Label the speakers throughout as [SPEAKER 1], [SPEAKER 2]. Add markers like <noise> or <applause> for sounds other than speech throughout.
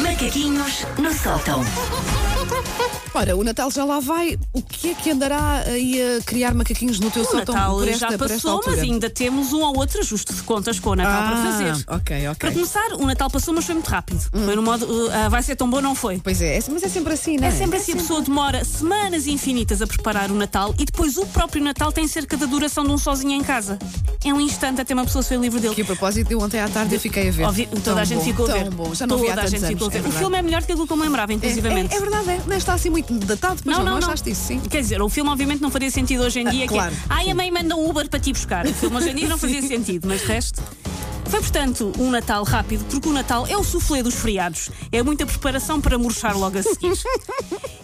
[SPEAKER 1] Macaquinhos no sótão.
[SPEAKER 2] Ora, o Natal já lá vai. O que é que andará aí a criar macaquinhos no teu
[SPEAKER 3] O
[SPEAKER 2] sótão
[SPEAKER 3] Natal
[SPEAKER 2] por esta,
[SPEAKER 3] já
[SPEAKER 2] por esta
[SPEAKER 3] passou,
[SPEAKER 2] altura?
[SPEAKER 3] mas ainda temos um ou outro ajuste de contas com o Natal para fazer.
[SPEAKER 2] Ah, ok, Hum.
[SPEAKER 3] Para
[SPEAKER 2] ok.
[SPEAKER 3] começar, o Natal passou, mas foi muito rápido. Foi no modo, uh, ah, vai ser tão bom, não foi?
[SPEAKER 2] Pois é, é- mas é sempre assim, não é?
[SPEAKER 3] É sempre assim, a pessoa demora semanas infinitas a preparar o Natal e depois o próprio Natal tem cerca da duração de um sozinho em casa. É um instante até uma pessoa ser livre dele.
[SPEAKER 2] É Que a propósito, eu ontem à tarde eu fiquei a ver.
[SPEAKER 3] Óbvio, toda
[SPEAKER 2] Tão
[SPEAKER 3] a gente
[SPEAKER 2] bom,
[SPEAKER 3] ficou a
[SPEAKER 2] tão
[SPEAKER 3] ver.
[SPEAKER 2] bom, já não vi há
[SPEAKER 3] toda a
[SPEAKER 2] tantos
[SPEAKER 3] gente
[SPEAKER 2] anos.
[SPEAKER 3] ficou a
[SPEAKER 2] é
[SPEAKER 3] ver. o
[SPEAKER 2] verdade.
[SPEAKER 3] filme é melhor do que aquilo que eu me lembrava,
[SPEAKER 2] É,
[SPEAKER 3] inclusivamente.
[SPEAKER 2] é- é verdade, é. Não está assim muito datado, mas não, achaste isso,
[SPEAKER 3] <laughs>
[SPEAKER 2] sim.
[SPEAKER 3] Quer dizer, o filme obviamente não faria sentido hoje em dia. que é,
[SPEAKER 2] claro.
[SPEAKER 3] Ai, a mãe manda um Uber para ti buscar. O filme hoje em dia não fazia sentido, mas de resto. Foi, portanto, um Natal rápido, porque o Natal é o soufflé dos feriados. É muita preparação para murchar logo a seguir.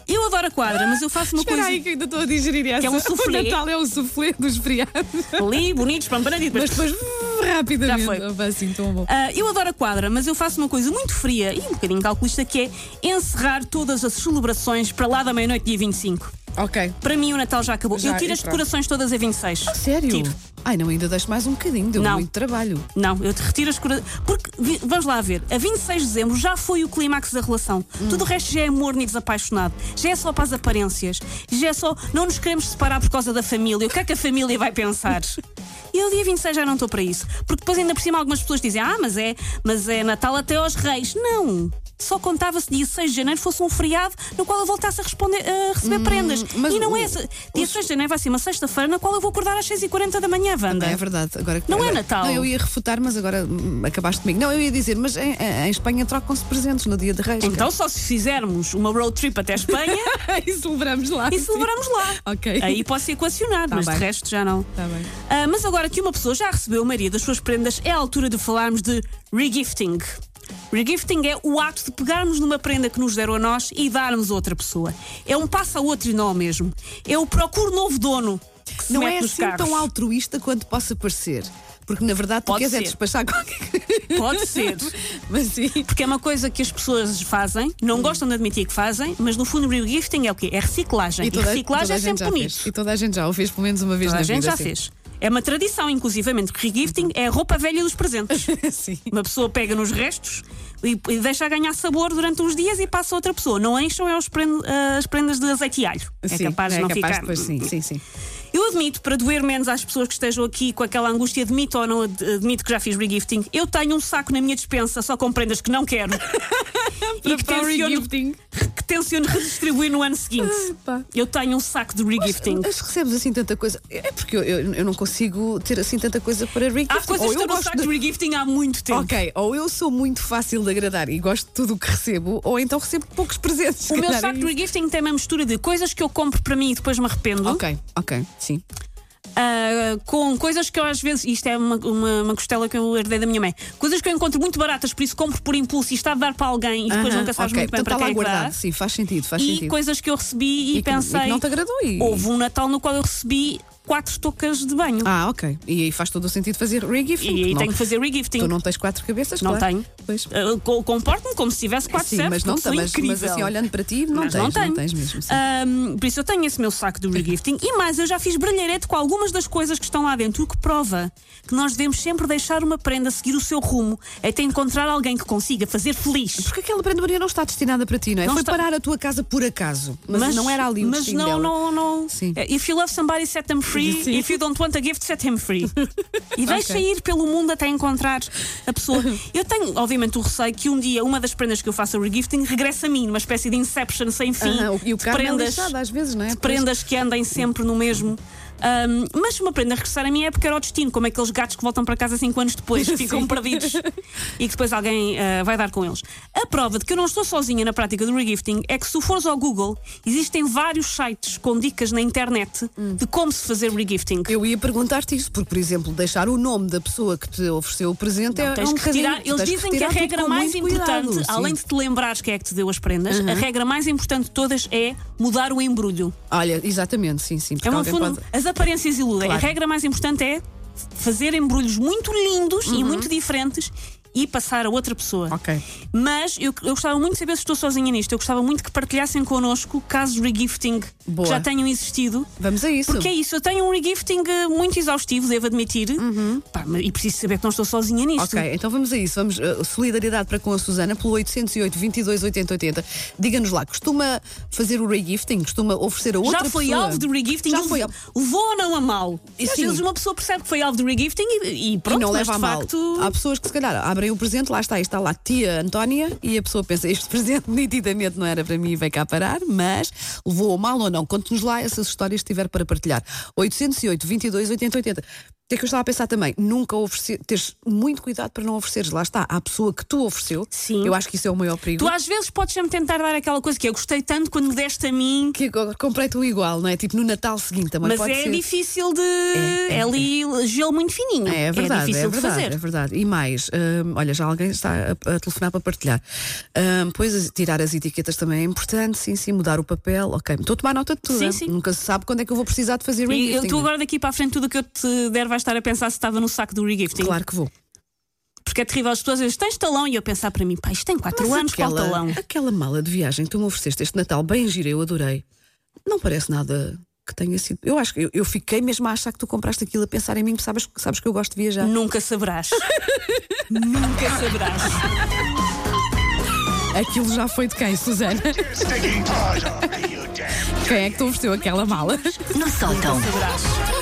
[SPEAKER 3] Eu adoro a quadra, mas eu faço uma
[SPEAKER 2] Espera
[SPEAKER 3] coisa.
[SPEAKER 2] aí que ainda estou a digerir essa. <laughs>
[SPEAKER 3] um é um soufflé.
[SPEAKER 2] O Natal é um soufflé dos feriados.
[SPEAKER 3] Ali, bonitos, pronto, para depois.
[SPEAKER 2] Mas
[SPEAKER 3] <laughs>
[SPEAKER 2] depois, <laughs> rapidamente,
[SPEAKER 3] Já foi.
[SPEAKER 2] opa, assim, tão bom.
[SPEAKER 3] Ah, eu adoro a quadra, mas eu faço uma coisa muito fria e um bocadinho calculista que é encerrar todas as celebrações para lá da meia-noite, dia 25.
[SPEAKER 2] Ok.
[SPEAKER 3] Para mim o Natal já acabou.
[SPEAKER 2] Já,
[SPEAKER 3] eu tiro
[SPEAKER 2] e
[SPEAKER 3] as
[SPEAKER 2] pronto.
[SPEAKER 3] decorações todas a 26.
[SPEAKER 2] Sério?
[SPEAKER 3] Tiro.
[SPEAKER 2] Ai, não, ainda deixo mais um bocadinho, deu
[SPEAKER 3] Tipo. Não.
[SPEAKER 2] muito trabalho.
[SPEAKER 3] Não, eu te retiro as corações. Porque, vi- vamos lá ver, a 26 de dezembro já foi o clímax da relação.
[SPEAKER 2] Hum.
[SPEAKER 3] Tudo o resto já é morno e desapaixonado. Já é só para as aparências. Já é só. Não nos queremos separar por causa da família. O que é que a família
[SPEAKER 2] <laughs>
[SPEAKER 3] vai pensar? E eu, dia 26, já não estou para isso. Porque depois, ainda por cima, algumas pessoas dizem: Ah, mas é, mas é Natal até aos Reis. Não! Só contava se dia 6 de janeiro fosse um feriado no qual eu voltasse a, responder, a receber prendas.
[SPEAKER 2] Hum, mas
[SPEAKER 3] E não
[SPEAKER 2] o-
[SPEAKER 3] é. essa- Dia 6 de janeiro vai ser uma sexta-feira na qual eu vou acordar às 6h40 da manhã, Wanda.
[SPEAKER 2] É verdade. Agora, que-
[SPEAKER 3] Não é
[SPEAKER 2] agora-
[SPEAKER 3] Natal.
[SPEAKER 2] Não, eu ia refutar, mas agora hum, acabaste comigo. Não, eu ia dizer, mas em, em Espanha trocam-se presentes no dia de Reis.
[SPEAKER 3] Então, só se fizermos uma road trip até a Espanha
[SPEAKER 2] <laughs> e celebramos lá.
[SPEAKER 3] e celebramos lá.
[SPEAKER 2] Ok.
[SPEAKER 3] Aí pode ser equacionado,
[SPEAKER 2] Tá
[SPEAKER 3] mas
[SPEAKER 2] bem.
[SPEAKER 3] de resto já não.
[SPEAKER 2] Tá bem.
[SPEAKER 3] Ah, mas agora que uma pessoa já recebeu a maioria das suas prendas, é a altura de falarmos de regifting. Regifting é o ato de pegarmos numa prenda que nos deram a nós e darmos a outra pessoa. É um passo a outro e não ao mesmo. É o procuro novo dono. que se
[SPEAKER 2] Não
[SPEAKER 3] mete
[SPEAKER 2] é
[SPEAKER 3] nos
[SPEAKER 2] assim
[SPEAKER 3] carros.
[SPEAKER 2] tão altruísta quanto possa parecer. Porque na verdade tu
[SPEAKER 3] Pode
[SPEAKER 2] queres é
[SPEAKER 3] ser.
[SPEAKER 2] despachar qualquer coisa.
[SPEAKER 3] Pode ser.
[SPEAKER 2] <laughs> Mas sim.
[SPEAKER 3] Porque é uma coisa que as pessoas fazem,
[SPEAKER 2] Hum.
[SPEAKER 3] não gostam de admitir que fazem, mas no fundo o regifting é o quê? É reciclagem. E,
[SPEAKER 2] a-
[SPEAKER 3] reciclagem
[SPEAKER 2] toda a
[SPEAKER 3] é
[SPEAKER 2] gente
[SPEAKER 3] sempre
[SPEAKER 2] já
[SPEAKER 3] bonito.
[SPEAKER 2] fez. E toda a gente já o fez pelo menos uma vez
[SPEAKER 3] Toda
[SPEAKER 2] na
[SPEAKER 3] a gente
[SPEAKER 2] vida.
[SPEAKER 3] já fez. É uma tradição, inclusivamente, que regifting é a roupa velha
[SPEAKER 2] <laughs>
[SPEAKER 3] dos presentes.
[SPEAKER 2] fez. <laughs> sim.
[SPEAKER 3] Uma pessoa pega nos restos e, e deixa a ganhar sabor durante uns dias e passa a outra pessoa. Não encham é os pren- as prendas de azeite e alho.
[SPEAKER 2] Sim,
[SPEAKER 3] é capaz de não
[SPEAKER 2] capaz
[SPEAKER 3] ficar.
[SPEAKER 2] Depois, sim, sim, sim.
[SPEAKER 3] Eu admito, para doer menos às pessoas que estejam aqui com aquela angústia, admito ou não ad- admito que já fiz regifting, eu tenho um saco na minha dispensa só com prendas que
[SPEAKER 2] <laughs>
[SPEAKER 3] não quero e que
[SPEAKER 2] Para o
[SPEAKER 3] tenciono,
[SPEAKER 2] regifting.
[SPEAKER 3] que tenciono redistribuir no ano seguinte.
[SPEAKER 2] pá.
[SPEAKER 3] Eu tenho um saco de regifting.
[SPEAKER 2] Mas recebes assim tanta coisa. É porque eu, eu, eu não consigo ter assim tanta coisa para regifting.
[SPEAKER 3] Há coisas
[SPEAKER 2] Ou
[SPEAKER 3] que
[SPEAKER 2] oh, eu
[SPEAKER 3] estão no
[SPEAKER 2] gosto
[SPEAKER 3] saco
[SPEAKER 2] de-
[SPEAKER 3] de regifting há muito tempo.
[SPEAKER 2] Ok, ou eu sou muito fácil de agradar e gosto de tudo o que recebo, ou então recebo poucos presentes. se
[SPEAKER 3] O meu
[SPEAKER 2] calhar é
[SPEAKER 3] saco de
[SPEAKER 2] isso.
[SPEAKER 3] regifting tem uma mistura de coisas que eu compro para mim e depois me arrependo,
[SPEAKER 2] Ok, ok, sim.
[SPEAKER 3] ah, com coisas que eu às vezes, isto é uma, uma, uma costela que eu herdei da minha mãe, coisas que eu encontro muito baratas, por isso compro por impulso e está a dar para alguém e depois
[SPEAKER 2] Aham,
[SPEAKER 3] nunca sabes
[SPEAKER 2] ok,
[SPEAKER 3] muito bem
[SPEAKER 2] então
[SPEAKER 3] para
[SPEAKER 2] está lá
[SPEAKER 3] quem é que
[SPEAKER 2] guardado.
[SPEAKER 3] dá.
[SPEAKER 2] Sim, faz sentido, faz
[SPEAKER 3] E
[SPEAKER 2] sentido.
[SPEAKER 3] coisas que eu recebi e,
[SPEAKER 2] E que- e que
[SPEAKER 3] pensei.
[SPEAKER 2] não te agradou e-
[SPEAKER 3] Houve um Natal no qual eu recebi quatro tocas de banho.
[SPEAKER 2] Ah, ok. E aí faz todo o sentido fazer regifting.
[SPEAKER 3] e aí
[SPEAKER 2] não-
[SPEAKER 3] tenho que fazer regifting.
[SPEAKER 2] Tu não tens quatro cabeças,
[SPEAKER 3] Não
[SPEAKER 2] claro.
[SPEAKER 3] tenho.
[SPEAKER 2] Pois.
[SPEAKER 3] Ah, co- Comporto-me como se tivesse quatro
[SPEAKER 2] sim,
[SPEAKER 3] certos,
[SPEAKER 2] mas não
[SPEAKER 3] porque sou
[SPEAKER 2] mas,
[SPEAKER 3] incrível.
[SPEAKER 2] mas assim, olhando para ti, não
[SPEAKER 3] Mas
[SPEAKER 2] tens,
[SPEAKER 3] não tenho.
[SPEAKER 2] tens mesmo. Sim.
[SPEAKER 3] Ahm, por isso eu tenho esse meu saco do regifting e mais, eu já fiz brilharete com algumas das coisas que estão lá dentro, o que prova que nós devemos sempre deixar uma prenda seguir o seu rumo até encontrar alguém que consiga fazer feliz.
[SPEAKER 2] Porque aquela prenda Maria não está destinada para ti, não é?
[SPEAKER 3] Não
[SPEAKER 2] Foi
[SPEAKER 3] está-
[SPEAKER 2] parar a tua casa por acaso, mas, não era ali o
[SPEAKER 3] Mas
[SPEAKER 2] destino
[SPEAKER 3] não,
[SPEAKER 2] dela.
[SPEAKER 3] não, não.
[SPEAKER 2] Sim.
[SPEAKER 3] Eh, If you love somebody, set them free.
[SPEAKER 2] Sim.
[SPEAKER 3] If you don't want a gift, set him
[SPEAKER 2] <laughs>
[SPEAKER 3] free. e deixa ir pelo mundo até encontrar
[SPEAKER 2] <laughs>
[SPEAKER 3] a pessoa. Eu tenho, obviamente, o receio que um dia uma das prendas que eu faço o regifting regresse a mim, numa espécie de inception sem fim.
[SPEAKER 2] Aham, o- e o
[SPEAKER 3] de
[SPEAKER 2] carro é
[SPEAKER 3] prendas.
[SPEAKER 2] lixado às vezes, não é?
[SPEAKER 3] de
[SPEAKER 2] Pois.
[SPEAKER 3] prendas que andem sempre no mesmo. Ahm, mas se uma prenda regressar a mim é porque era o destino, como aqueles gatos que voltam para casa cinco anos depois,
[SPEAKER 2] <laughs>
[SPEAKER 3] que ficam perdidos e que depois alguém ah, vai dar com eles. A prova de que eu não estou sozinha na prática do regifting é que se tu fores ao Google, existem vários sites com dicas na internet de como se fazer regifting.
[SPEAKER 2] Hum. Eu ia perguntar-te isso, porque, por exemplo, deixar o nome da pessoa que te ofereceu o presente é,
[SPEAKER 3] Tens
[SPEAKER 2] é um
[SPEAKER 3] que tirar,
[SPEAKER 2] bocadinho-
[SPEAKER 3] eles
[SPEAKER 2] tens
[SPEAKER 3] dizem que, a
[SPEAKER 2] retirar tudo
[SPEAKER 3] regra
[SPEAKER 2] com
[SPEAKER 3] mais
[SPEAKER 2] muito cuidado,
[SPEAKER 3] importante,
[SPEAKER 2] sim.
[SPEAKER 3] além de te lembrares quem é que te deu as prendas, a regra mais importante de todas é mudar o embrulho.
[SPEAKER 2] Olha, exatamente, sim, sim. porque
[SPEAKER 3] É um
[SPEAKER 2] alguém
[SPEAKER 3] fundo,
[SPEAKER 2] pode-
[SPEAKER 3] as aparências iludem.
[SPEAKER 2] Claro.
[SPEAKER 3] A regra mais importante é fazer embrulhos muito lindos e muito diferentes. e passar a outra pessoa.
[SPEAKER 2] Uhum. Ok.
[SPEAKER 3] Mas eu, eu gostava muito de saber se estou sozinha nisto. Eu gostava muito que partilhassem connosco casos de regifting
[SPEAKER 2] Boa.
[SPEAKER 3] que já tenham existido.
[SPEAKER 2] Vamos a isso.
[SPEAKER 3] Porque é isso, eu tenho um regifting eh, muito exaustivo, devo admitir. Pá, mas- e preciso saber que não estou sozinha nisto.
[SPEAKER 2] Uhum. Ok, então vamos a isso. Vamos eh, solidariedade para com a Susana pelo 808 22 80 80. Diga-nos lá, costuma fazer o regifting? Costuma oferecer a outra
[SPEAKER 3] Já foi
[SPEAKER 2] pessoa?
[SPEAKER 3] alvo de regifting?
[SPEAKER 2] Já
[SPEAKER 3] ele
[SPEAKER 2] foi alvo.
[SPEAKER 3] Levou ou não a mal? E às
[SPEAKER 2] Sim.
[SPEAKER 3] vezes uma pessoa percebe que foi alvo de regifting e, e pronto,
[SPEAKER 2] e não
[SPEAKER 3] mas
[SPEAKER 2] leva a
[SPEAKER 3] de
[SPEAKER 2] mal.
[SPEAKER 3] facto.
[SPEAKER 2] Há pessoas que se calhar abrem o presente, lá está, e está lá tia Antónia, e a pessoa pensa, este presente <laughs> nitidamente não era para mim e veio cá parar, mas levou a mal ou não. Conte-nos lá essas histórias que tiver para partilhar. 808 22 80 80. É que eu estava a pensar também, nunca oferecer, teres muito cuidado para não ofereceres. Lá está, à pessoa que tu ofereceu.
[SPEAKER 3] Sim.
[SPEAKER 2] Eu acho que isso é o maior perigo.
[SPEAKER 3] Tu às vezes podes sempre tentar dar aquela coisa que eu gostei tanto quando me deste a mim,
[SPEAKER 2] Que agora comprei-te o igual, não é? Tipo no Natal seguinte também
[SPEAKER 3] mas
[SPEAKER 2] pode
[SPEAKER 3] é
[SPEAKER 2] ser.
[SPEAKER 3] difícil de.
[SPEAKER 2] É,
[SPEAKER 3] É,
[SPEAKER 2] é,
[SPEAKER 3] ali gelo muito fininho.
[SPEAKER 2] É, verdade, é
[SPEAKER 3] difícil
[SPEAKER 2] verdade,
[SPEAKER 3] de fazer.
[SPEAKER 2] é verdade. E mais, hum, olha, já alguém está a, a telefonar para partilhar. Hum, pois as- tirar as etiquetas também é importante, sim, sim, mudar o papel, ok. Estou a tomar nota de tudo.
[SPEAKER 3] Sim,
[SPEAKER 2] hein?
[SPEAKER 3] sim.
[SPEAKER 2] Nunca se sabe quando é que eu vou precisar de fazer
[SPEAKER 3] E eu,
[SPEAKER 2] regifting.
[SPEAKER 3] tu agora daqui para a frente tudo o que eu te der vais estar a pensar se estava no saco do regifting.
[SPEAKER 2] Claro que vou.
[SPEAKER 3] Porque é terrível as pessoas dizem, tens talão e eu pensar para mim, pá, isto tem 4
[SPEAKER 2] Mas
[SPEAKER 3] anos,
[SPEAKER 2] <laughs>
[SPEAKER 3] qual talão?
[SPEAKER 2] aquela mala de viagem que tu me ofereceste este Natal, bem gira, eu adorei. Não parece nada que tenha sido. Eu acho que eu, eu fiquei mesmo a achar que tu compraste aquilo a pensar em mim, porque sabes, sabes que eu gosto de viajar.
[SPEAKER 3] Nunca
[SPEAKER 2] <laughs>
[SPEAKER 3] saberás. Nunca saberás.
[SPEAKER 2] Aquilo já foi de quem, Susana?
[SPEAKER 4] Sticking paws off me, you damn
[SPEAKER 2] Quem é que te ofereceu aquela mala?
[SPEAKER 1] no sótão.
[SPEAKER 3] Saberás.